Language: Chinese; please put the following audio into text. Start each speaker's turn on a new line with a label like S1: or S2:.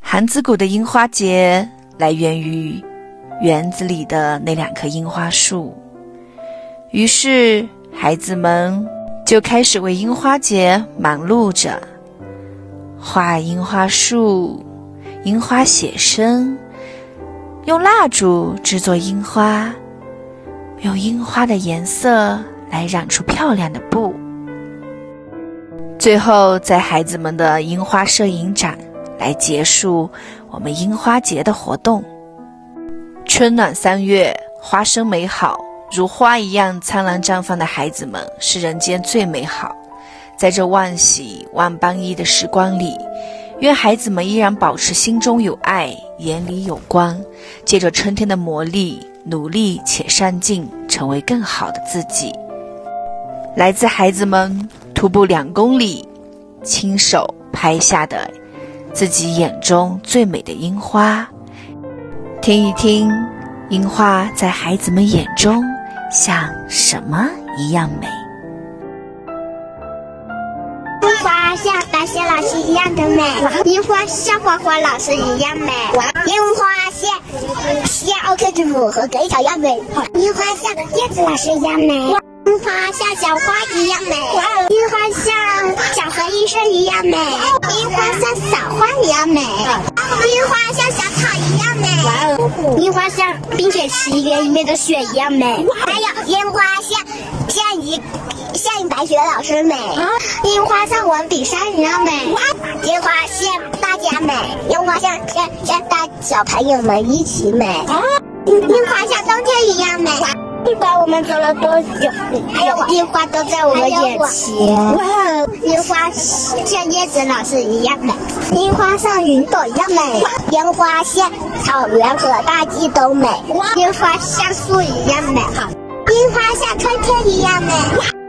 S1: 韩子谷的樱花节来源于园子里的那两棵樱花树，于是孩子们就开始为樱花节忙碌着，画樱花树、樱花写生，用蜡烛制作樱花，用樱花的颜色来染出漂亮的布。最后，在孩子们的樱花摄影展来结束我们樱花节的活动。春暖三月，花生美好，如花一样灿烂绽放的孩子们是人间最美好。在这万喜万般一的时光里，愿孩子们依然保持心中有爱，眼里有光，借着春天的魔力，努力且上进，成为更好的自己。来自孩子们徒步两公里，亲手拍下的自己眼中最美的樱花。听一听，樱花在孩子们眼中像什么一样美？
S2: 樱花像白雪老师一样的美，樱花像花花老师一样美，樱花像像奥克之母和葛一样美，樱花像叶子老师一样美，樱花像小花一样美，樱花像小何医生一样美，樱花像小花一样美，樱花像小草一样美，樱花像冰雪奇缘里面的雪一样美，还有樱花像像一像白雪老师美，樱花像我比山一样美，樱花像大家美，樱花像像像大小朋友们一起美，樱花像冬天一样美。不管我们走了多久，还有樱花都在我们眼前。哇，樱花像叶子老师一样美，樱花像云朵一样美，樱花像草原和大地都美，樱花像树一样美，樱花像春天一样美。